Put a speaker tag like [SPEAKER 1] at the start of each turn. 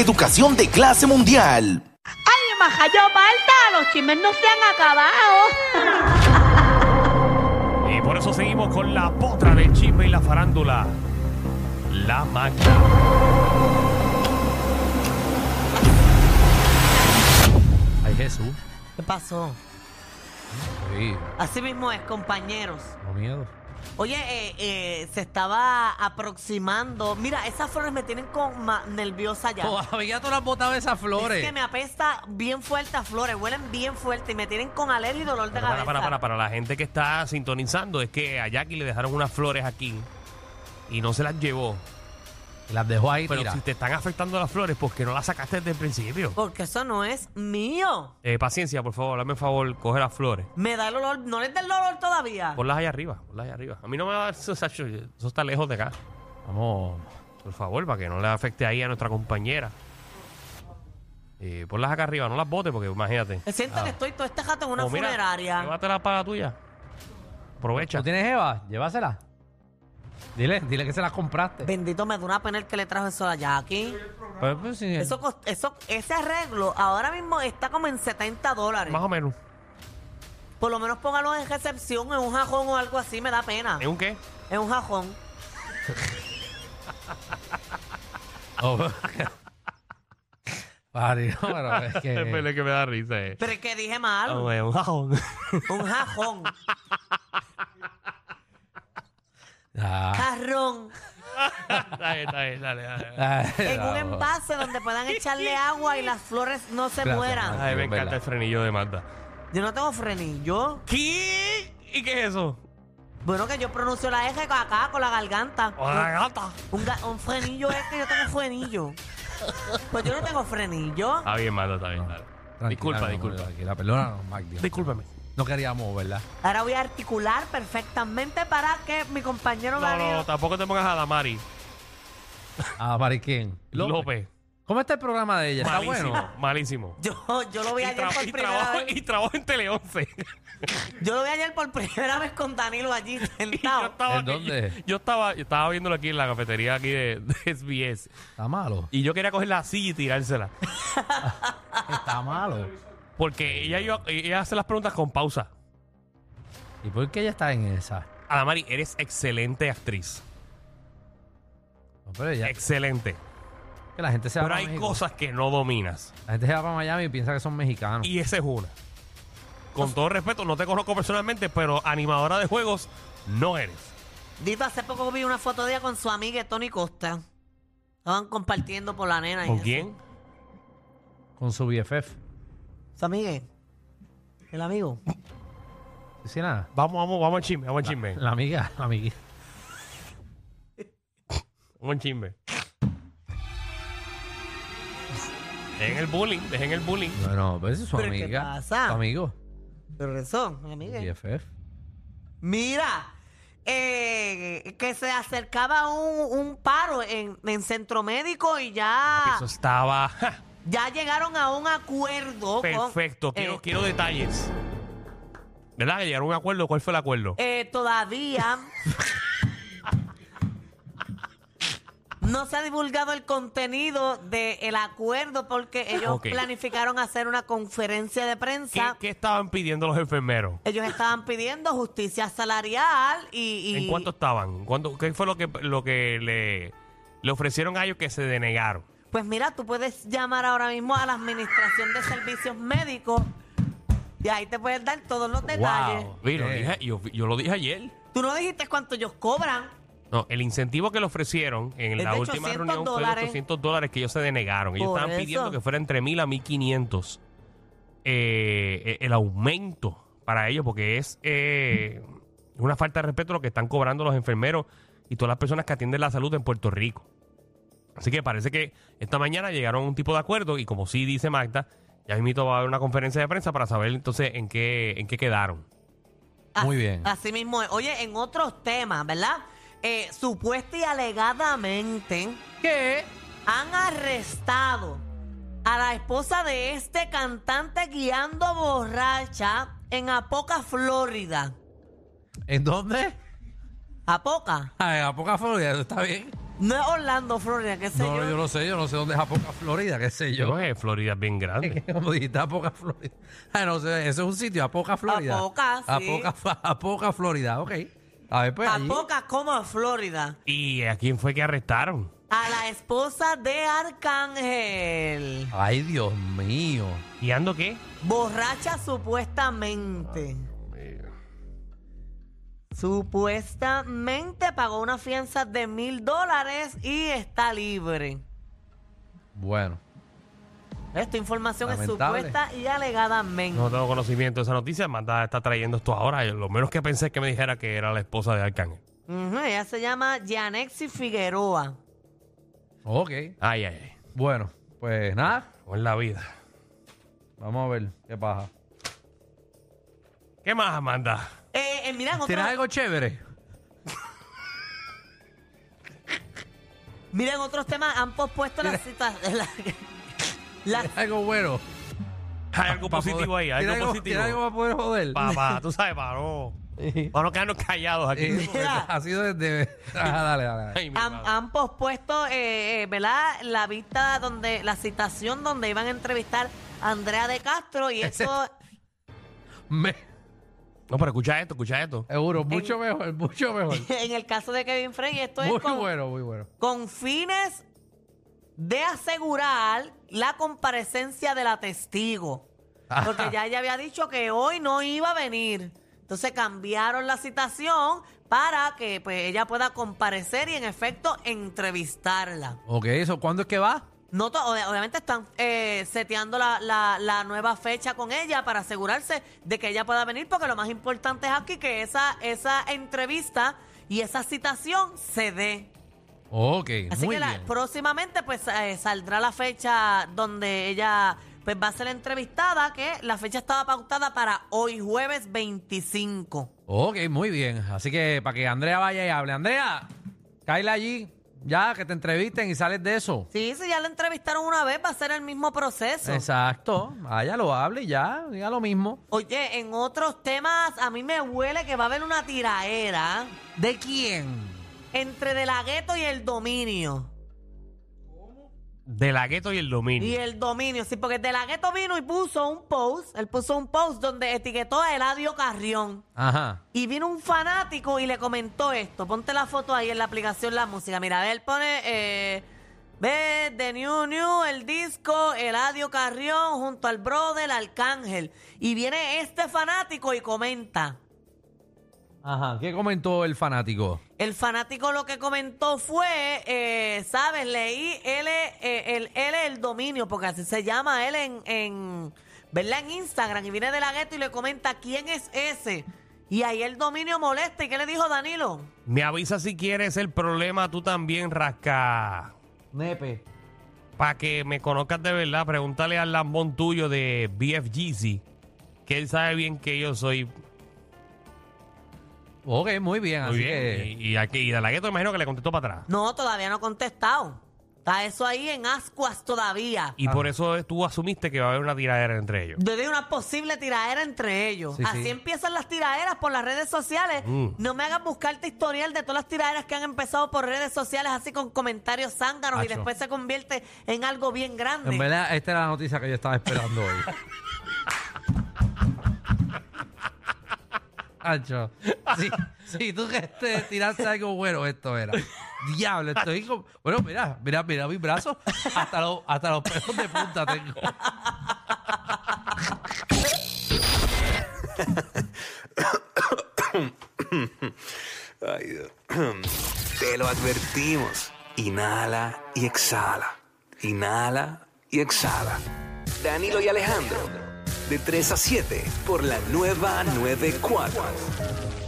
[SPEAKER 1] Educación de clase mundial.
[SPEAKER 2] ¡Ay, majayo Malta! ¡Los chismes no se han acabado!
[SPEAKER 3] Y por eso seguimos con la potra del chisme y la farándula. La Magda. Ay, Jesús.
[SPEAKER 4] ¿Qué pasó?
[SPEAKER 3] Sí,
[SPEAKER 4] Así mismo es, compañeros.
[SPEAKER 3] no miedo.
[SPEAKER 4] Oye, eh, eh, se estaba aproximando. Mira, esas flores me tienen con ma- nerviosa ya.
[SPEAKER 5] Todavía tú no has botado esas
[SPEAKER 4] Es
[SPEAKER 5] flores.
[SPEAKER 4] que me apesta bien fuerte a flores, huelen bien fuerte y me tienen con alergia y dolor de
[SPEAKER 3] Para, para,
[SPEAKER 4] cabeza.
[SPEAKER 3] para, para, para la gente que está sintonizando, es que a Jackie le dejaron unas flores aquí y no se las llevó.
[SPEAKER 5] Las dejó ahí,
[SPEAKER 3] Pero
[SPEAKER 5] tira.
[SPEAKER 3] si te están afectando las flores, porque no las sacaste desde el principio.
[SPEAKER 4] Porque eso no es mío.
[SPEAKER 3] Eh, paciencia, por favor, dame el favor, coge las flores.
[SPEAKER 4] Me da el olor, no les da el olor todavía.
[SPEAKER 3] Ponlas allá arriba, ponlas allá arriba. A mí no me va a dar eso, Sacho, eso está lejos de acá.
[SPEAKER 5] Vamos.
[SPEAKER 3] Por favor, para que no le afecte ahí a nuestra compañera. Eh, ponlas acá arriba, no las botes, porque imagínate.
[SPEAKER 4] Me Siento que estoy todo este jato en una
[SPEAKER 3] O Ah. Pues mira,
[SPEAKER 4] funeraria.
[SPEAKER 3] Llévatela para la tuya. Aprovecha.
[SPEAKER 5] ¿Tú tienes Eva? Llévasela. Dile, dile que se las compraste.
[SPEAKER 4] Bendito me da una pena el que le trajo eso a Jackie.
[SPEAKER 5] Pues, pues, sí.
[SPEAKER 4] Eso, cost- eso, ese arreglo ahora mismo está como en 70 dólares.
[SPEAKER 3] Más o menos.
[SPEAKER 4] Por lo menos póngalo en recepción, en un jajón o algo así, me da pena.
[SPEAKER 3] ¿Es un qué?
[SPEAKER 4] En un jajón.
[SPEAKER 5] Oh. Pari, no, pero es
[SPEAKER 3] Pero
[SPEAKER 5] que.
[SPEAKER 3] es que me da risa. eh.
[SPEAKER 4] Pero es que dije mal,
[SPEAKER 3] Ah, es un jajón.
[SPEAKER 4] un jajón,
[SPEAKER 5] Ah,
[SPEAKER 4] jarrón,
[SPEAKER 3] Dale, dale, dale, dale.
[SPEAKER 5] ah,
[SPEAKER 4] en un
[SPEAKER 5] ah,
[SPEAKER 4] envase donde puedan echarle agua y las flores no se
[SPEAKER 5] Gracias,
[SPEAKER 4] mueran.
[SPEAKER 5] madre.
[SPEAKER 3] Ay, me
[SPEAKER 5] Vela.
[SPEAKER 3] encanta el frenillo de Magda.
[SPEAKER 4] Yo no tengo frenillo.
[SPEAKER 3] ¿Qué? ¿Y qué es eso?
[SPEAKER 4] Bueno, que yo pronuncio la eje acá con la garganta.
[SPEAKER 3] ¡Hola, gata!
[SPEAKER 4] Un, ga- un frenillo es que yo tengo frenillo. Pues yo no tengo frenillo.
[SPEAKER 3] Está bien, Magda, está bien. dale.
[SPEAKER 5] tranquila,
[SPEAKER 3] Disculpa,
[SPEAKER 5] no,
[SPEAKER 3] disculpa.
[SPEAKER 5] Tranquila, perdónanos, Mac, Dios.
[SPEAKER 3] Discúlpame.
[SPEAKER 5] No queríamos, ¿verdad?
[SPEAKER 4] Ahora voy a articular perfectamente para que mi compañero
[SPEAKER 3] No, no,
[SPEAKER 4] Mario...
[SPEAKER 3] tampoco te pongas a la Mari.
[SPEAKER 5] Ah, Mari, ¿quién?
[SPEAKER 3] López.
[SPEAKER 5] ¿Cómo está el programa de ella? ¿Está
[SPEAKER 3] Malísimo,
[SPEAKER 5] bueno?
[SPEAKER 3] malísimo.
[SPEAKER 4] Yo, yo lo vi
[SPEAKER 3] Y,
[SPEAKER 4] ayer
[SPEAKER 3] tra-
[SPEAKER 4] por
[SPEAKER 3] y
[SPEAKER 4] primera
[SPEAKER 3] trabajo,
[SPEAKER 4] vez.
[SPEAKER 3] y trabajo en Tele 11.
[SPEAKER 4] Yo lo vi ayer por primera vez con Danilo allí
[SPEAKER 3] yo,
[SPEAKER 4] sentado.
[SPEAKER 3] estaba,
[SPEAKER 5] ¿En dónde?
[SPEAKER 3] Yo, yo estaba, yo estaba viéndolo aquí en la cafetería aquí de, de SBS.
[SPEAKER 5] Está malo.
[SPEAKER 3] Y yo quería coger la silla y tirársela.
[SPEAKER 5] Está malo.
[SPEAKER 3] Porque ella, iba- ella hace las preguntas con pausa.
[SPEAKER 5] ¿Y por qué ella está en esa?
[SPEAKER 3] Adamari, eres excelente actriz.
[SPEAKER 5] No, pero ella,
[SPEAKER 3] Excelente.
[SPEAKER 5] que la gente se
[SPEAKER 3] Eh,
[SPEAKER 5] va
[SPEAKER 3] Pero
[SPEAKER 5] para
[SPEAKER 3] hay
[SPEAKER 5] México.
[SPEAKER 3] cosas que no dominas.
[SPEAKER 5] La gente se va para Miami y piensa que son mexicanos.
[SPEAKER 3] Y esa es una. Con todo respeto, no te conozco personalmente, pero animadora de juegos no eres.
[SPEAKER 4] Dito, hace poco vi una foto de ella con su amiga Tony Costa. Estaban compartiendo por la nena. y
[SPEAKER 3] ¿Con
[SPEAKER 4] eso.
[SPEAKER 3] quién?
[SPEAKER 5] Con su BFF.
[SPEAKER 4] Su amiga. El amigo.
[SPEAKER 5] Sí, nada.
[SPEAKER 3] Vamos, vamos, vamos al chisme, vamos al chisme.
[SPEAKER 5] La amiga, la amiguita.
[SPEAKER 3] Vamos al chisme. Dejen el bullying, dejen el bullying.
[SPEAKER 5] No, no, pero esa pues es su
[SPEAKER 4] ¿Pero qué
[SPEAKER 5] amiga.
[SPEAKER 4] pasa?
[SPEAKER 5] Su amigo.
[SPEAKER 4] Pero eso, el amigo.
[SPEAKER 5] BFF.
[SPEAKER 4] Mira, eh, que se acercaba un, un paro en, en centro médico y ya,
[SPEAKER 3] Ah, Eso estaba ja,
[SPEAKER 4] ya llegaron a un acuerdo. con-
[SPEAKER 3] perfecto. Quiero,
[SPEAKER 4] eh,
[SPEAKER 3] quiero detalles. ¿Verdad? Que llegaron a un acuerdo. ¿Cuál fue el acuerdo?
[SPEAKER 4] eh, todavía no se ha divulgado el contenido del acuerdo porque ellos
[SPEAKER 3] Ok.
[SPEAKER 4] planificaron hacer una conferencia de
[SPEAKER 3] ¿Qué,
[SPEAKER 4] prensa.
[SPEAKER 3] qué estaban pidiendo los enfermeros?
[SPEAKER 4] Ellos estaban pidiendo justicia salarial y... y-
[SPEAKER 3] ¿En cuánto estaban? ¿En cuánto- ¿Qué fue lo que, lo que le, le ofrecieron a ellos que se denegaron?
[SPEAKER 4] Pues mira, tú puedes llamar ahora mismo a la Administración de Servicios Médicos y ahí te pueden dar todos los detalles.
[SPEAKER 3] Oye, lo
[SPEAKER 5] Eh.
[SPEAKER 3] dije- yo, yo lo dije ayer.
[SPEAKER 4] Tú no dijiste cuánto ellos cobran.
[SPEAKER 3] No, el incentivo que le ofrecieron en
[SPEAKER 4] Es
[SPEAKER 3] la
[SPEAKER 4] de
[SPEAKER 3] última
[SPEAKER 4] 800
[SPEAKER 3] reunión fue de
[SPEAKER 4] dólares.
[SPEAKER 3] 800 dólares que ellos se denegaron. Ellos
[SPEAKER 4] Por
[SPEAKER 3] estaban
[SPEAKER 4] eso.
[SPEAKER 3] pidiendo que fuera entre 1000 a 1500 eh, eh, el aumento para ellos, porque es eh, una falta de respeto lo que están cobrando los enfermeros y todas las personas que atienden la salud en Puerto Rico. Así que parece que esta mañana llegaron a un tipo de acuerdo y como sí dice Magda, ya mismito va a haber una conferencia de prensa para saber entonces en qué, en qué quedaron.
[SPEAKER 4] Así-
[SPEAKER 5] Muy bien.
[SPEAKER 4] Ah, Así mismo es. Oye, en otros temas, ¿verdad? Eh, supuesta y alegadamente
[SPEAKER 5] ¿Qué?
[SPEAKER 4] han arrestado a la esposa de este cantante guiando borracha en Apoca, Florida.
[SPEAKER 5] ¿En dónde?
[SPEAKER 4] ¿Apoca?
[SPEAKER 5] Ah, en Apoca Florida, está bien.
[SPEAKER 4] No es Orlando, Florida, qué sé
[SPEAKER 5] No,
[SPEAKER 4] yo.
[SPEAKER 5] yo no sé, yo no sé dónde es Apoca, Florida, qué sé
[SPEAKER 3] Yo
[SPEAKER 5] yo.
[SPEAKER 3] creo que "Eh, Florida es bien grande.
[SPEAKER 5] Como dijiste, Apoca, Florida. Ah, no sé, eso es un sitio, Apoca, Florida.
[SPEAKER 4] Apoca, sí.
[SPEAKER 5] Apoca, Apoca, Florida, ok. A ver, pues
[SPEAKER 4] A
[SPEAKER 5] allí.
[SPEAKER 4] poca como a Florida.
[SPEAKER 3] ¿Y a quién fue que arrestaron?
[SPEAKER 4] A la esposa de Arcángel.
[SPEAKER 5] Ay, Dios mío.
[SPEAKER 3] ¿Y ando qué?
[SPEAKER 4] Borracha supuestamente.
[SPEAKER 5] Ah,
[SPEAKER 4] Supuestamente pagó una fianza de mil dólares y está libre.
[SPEAKER 5] Bueno,
[SPEAKER 4] Esta información
[SPEAKER 5] Lamentable.
[SPEAKER 4] es supuesta y alegadamente.
[SPEAKER 3] No tengo conocimiento de esa noticia. Manda está trayendo esto ahora. Lo menos que pensé es que me dijera que era la esposa de Arcángel.
[SPEAKER 4] Ujú, ella se llama Yanexi Figueroa.
[SPEAKER 5] ok.
[SPEAKER 3] Ay, ay, ay.
[SPEAKER 5] Bueno, pues nada,
[SPEAKER 3] O en la vida.
[SPEAKER 5] vamos a ver qué pasa.
[SPEAKER 3] ¿Qué más, Amanda?
[SPEAKER 4] Eh, eh, mira, en otro-
[SPEAKER 5] ¿Tienes algo chévere?
[SPEAKER 4] mira, en otros temas han pospuesto las citas. la- las-
[SPEAKER 5] ¿Algo bueno?
[SPEAKER 3] Hay algo
[SPEAKER 5] Pa- pa
[SPEAKER 3] positivo
[SPEAKER 5] poder-
[SPEAKER 3] ahí, hay
[SPEAKER 5] ¿Tienes
[SPEAKER 3] algo
[SPEAKER 5] ¿Tienes algo
[SPEAKER 3] positivo.
[SPEAKER 5] para poder joder? Eh,
[SPEAKER 3] Para, tú sabes, para no, para no quedarnos callados aquí.
[SPEAKER 5] Eh,
[SPEAKER 4] Mira.
[SPEAKER 5] ha sido desde... Ah, dale, dale, dale.
[SPEAKER 3] Ay, mi
[SPEAKER 4] han,
[SPEAKER 3] madre.
[SPEAKER 4] han pospuesto, eh, eh, ¿verdad? La vista donde, la citación donde iban a entrevistar a Andrea de Castro y
[SPEAKER 5] Ese-
[SPEAKER 4] eso.
[SPEAKER 5] Me-
[SPEAKER 3] No, pero escucha esto, escucha esto.
[SPEAKER 5] Seguro, mucho mejor, mucho mejor.
[SPEAKER 4] en el caso de Kevin Frey, esto
[SPEAKER 5] Muy
[SPEAKER 4] es con,
[SPEAKER 5] bueno, muy bueno.
[SPEAKER 4] con fines de asegurar la comparecencia de la testigo. Porque ya ella había dicho que hoy no iba a venir. Entonces cambiaron la citación para que pues, ella pueda comparecer y en efecto entrevistarla.
[SPEAKER 5] Ok, eso, ¿cuándo es que va?
[SPEAKER 4] No to- obvia- obviamente están eh, seteando la, la- la nueva fecha con ella para asegurarse de que ella pueda venir, porque lo más importante es aquí que esa, esa entrevista y esa citación se dé.
[SPEAKER 5] Ok,
[SPEAKER 4] Así
[SPEAKER 5] muy
[SPEAKER 4] que la-
[SPEAKER 5] bien.
[SPEAKER 4] próximamente pues eh, saldrá la fecha donde ella pues va a ser entrevistada, que la fecha estaba pautada para hoy jueves 25.
[SPEAKER 5] Ok, muy bien. Así que para que Andrea vaya y hable. Andrea, cáile allí, ya, que te entrevisten y sales de eso.
[SPEAKER 4] Sí, si ya la entrevistaron una vez, va a ser el mismo proceso.
[SPEAKER 5] Exacto. Vaya, lo hable y ya, diga lo mismo.
[SPEAKER 4] Oye, en otros temas, a mí me huele que va a haber una tiraera
[SPEAKER 5] ¿De quién?
[SPEAKER 4] entre De La Gueto y el dominio.
[SPEAKER 3] De la gueto y el
[SPEAKER 4] Y
[SPEAKER 3] dominio.
[SPEAKER 4] el dominio, sí, eh. porque De La Gueto vino y puso un post, él puso un post donde etiquetó a Eladio Carrión.
[SPEAKER 5] Ajá.
[SPEAKER 4] Y vino un fanático y le comentó esto. Ponte la foto ahí en la aplicación La Música. Mira, él pone, eh, ve de New New, el disco, Eladio Carrión junto al brother Arcángel. Y viene este fanático y comenta.
[SPEAKER 5] Ajá. ¿Qué comentó el fanático?
[SPEAKER 4] El fanático lo que comentó fue, eh, ¿sabes? Leí L, eh, el L el dominio, porque así se llama él en, en, ¿verdad? En Instagram. Y viene de la gueto y le comenta quién es ese. Y ahí el dominio molesta. ¿Y qué le dijo Danilo?
[SPEAKER 3] Me avisa si quieres el problema, tú también, rasca.
[SPEAKER 5] Nepe.
[SPEAKER 3] Para que me conozcas de verdad, pregúntale al lambón tuyo de BFGC, que él sabe bien que yo soy.
[SPEAKER 5] Ok, muy bien.
[SPEAKER 3] Muy
[SPEAKER 5] así
[SPEAKER 3] bien.
[SPEAKER 5] que-
[SPEAKER 3] Y, y aquí, y de la gueto, imagino que le contestó para atrás.
[SPEAKER 4] No, todavía no ha contestado. Está eso ahí en ascuas todavía.
[SPEAKER 5] Ah.
[SPEAKER 3] Y por eso eh, tú asumiste que va a haber una tiradera entre ellos.
[SPEAKER 4] Desde una posible tiradera entre ellos.
[SPEAKER 5] Sí,
[SPEAKER 4] Así
[SPEAKER 5] sí.
[SPEAKER 4] empiezan las tiraderas por las redes sociales.
[SPEAKER 3] Mm.
[SPEAKER 4] No me hagas buscarte historial de todas las tiraderas que han empezado por redes sociales, así con comentarios zánganos, y
[SPEAKER 5] Acho.
[SPEAKER 4] después se convierte en algo bien grande.
[SPEAKER 5] En verdad, esta era la noticia que yo estaba esperando hoy. Ancho, si, si tú que te tiraste algo bueno, esto era. Diablo, estoy como... Bueno, mira, mira, mira mis brazos. Hasta, los- hasta los pelos de punta tengo.
[SPEAKER 6] Ay, Dios. Te lo advertimos. Inhala y exhala. Inhala y exhala. Danilo y Alejandro, de 3 a 7 por la nueva 94.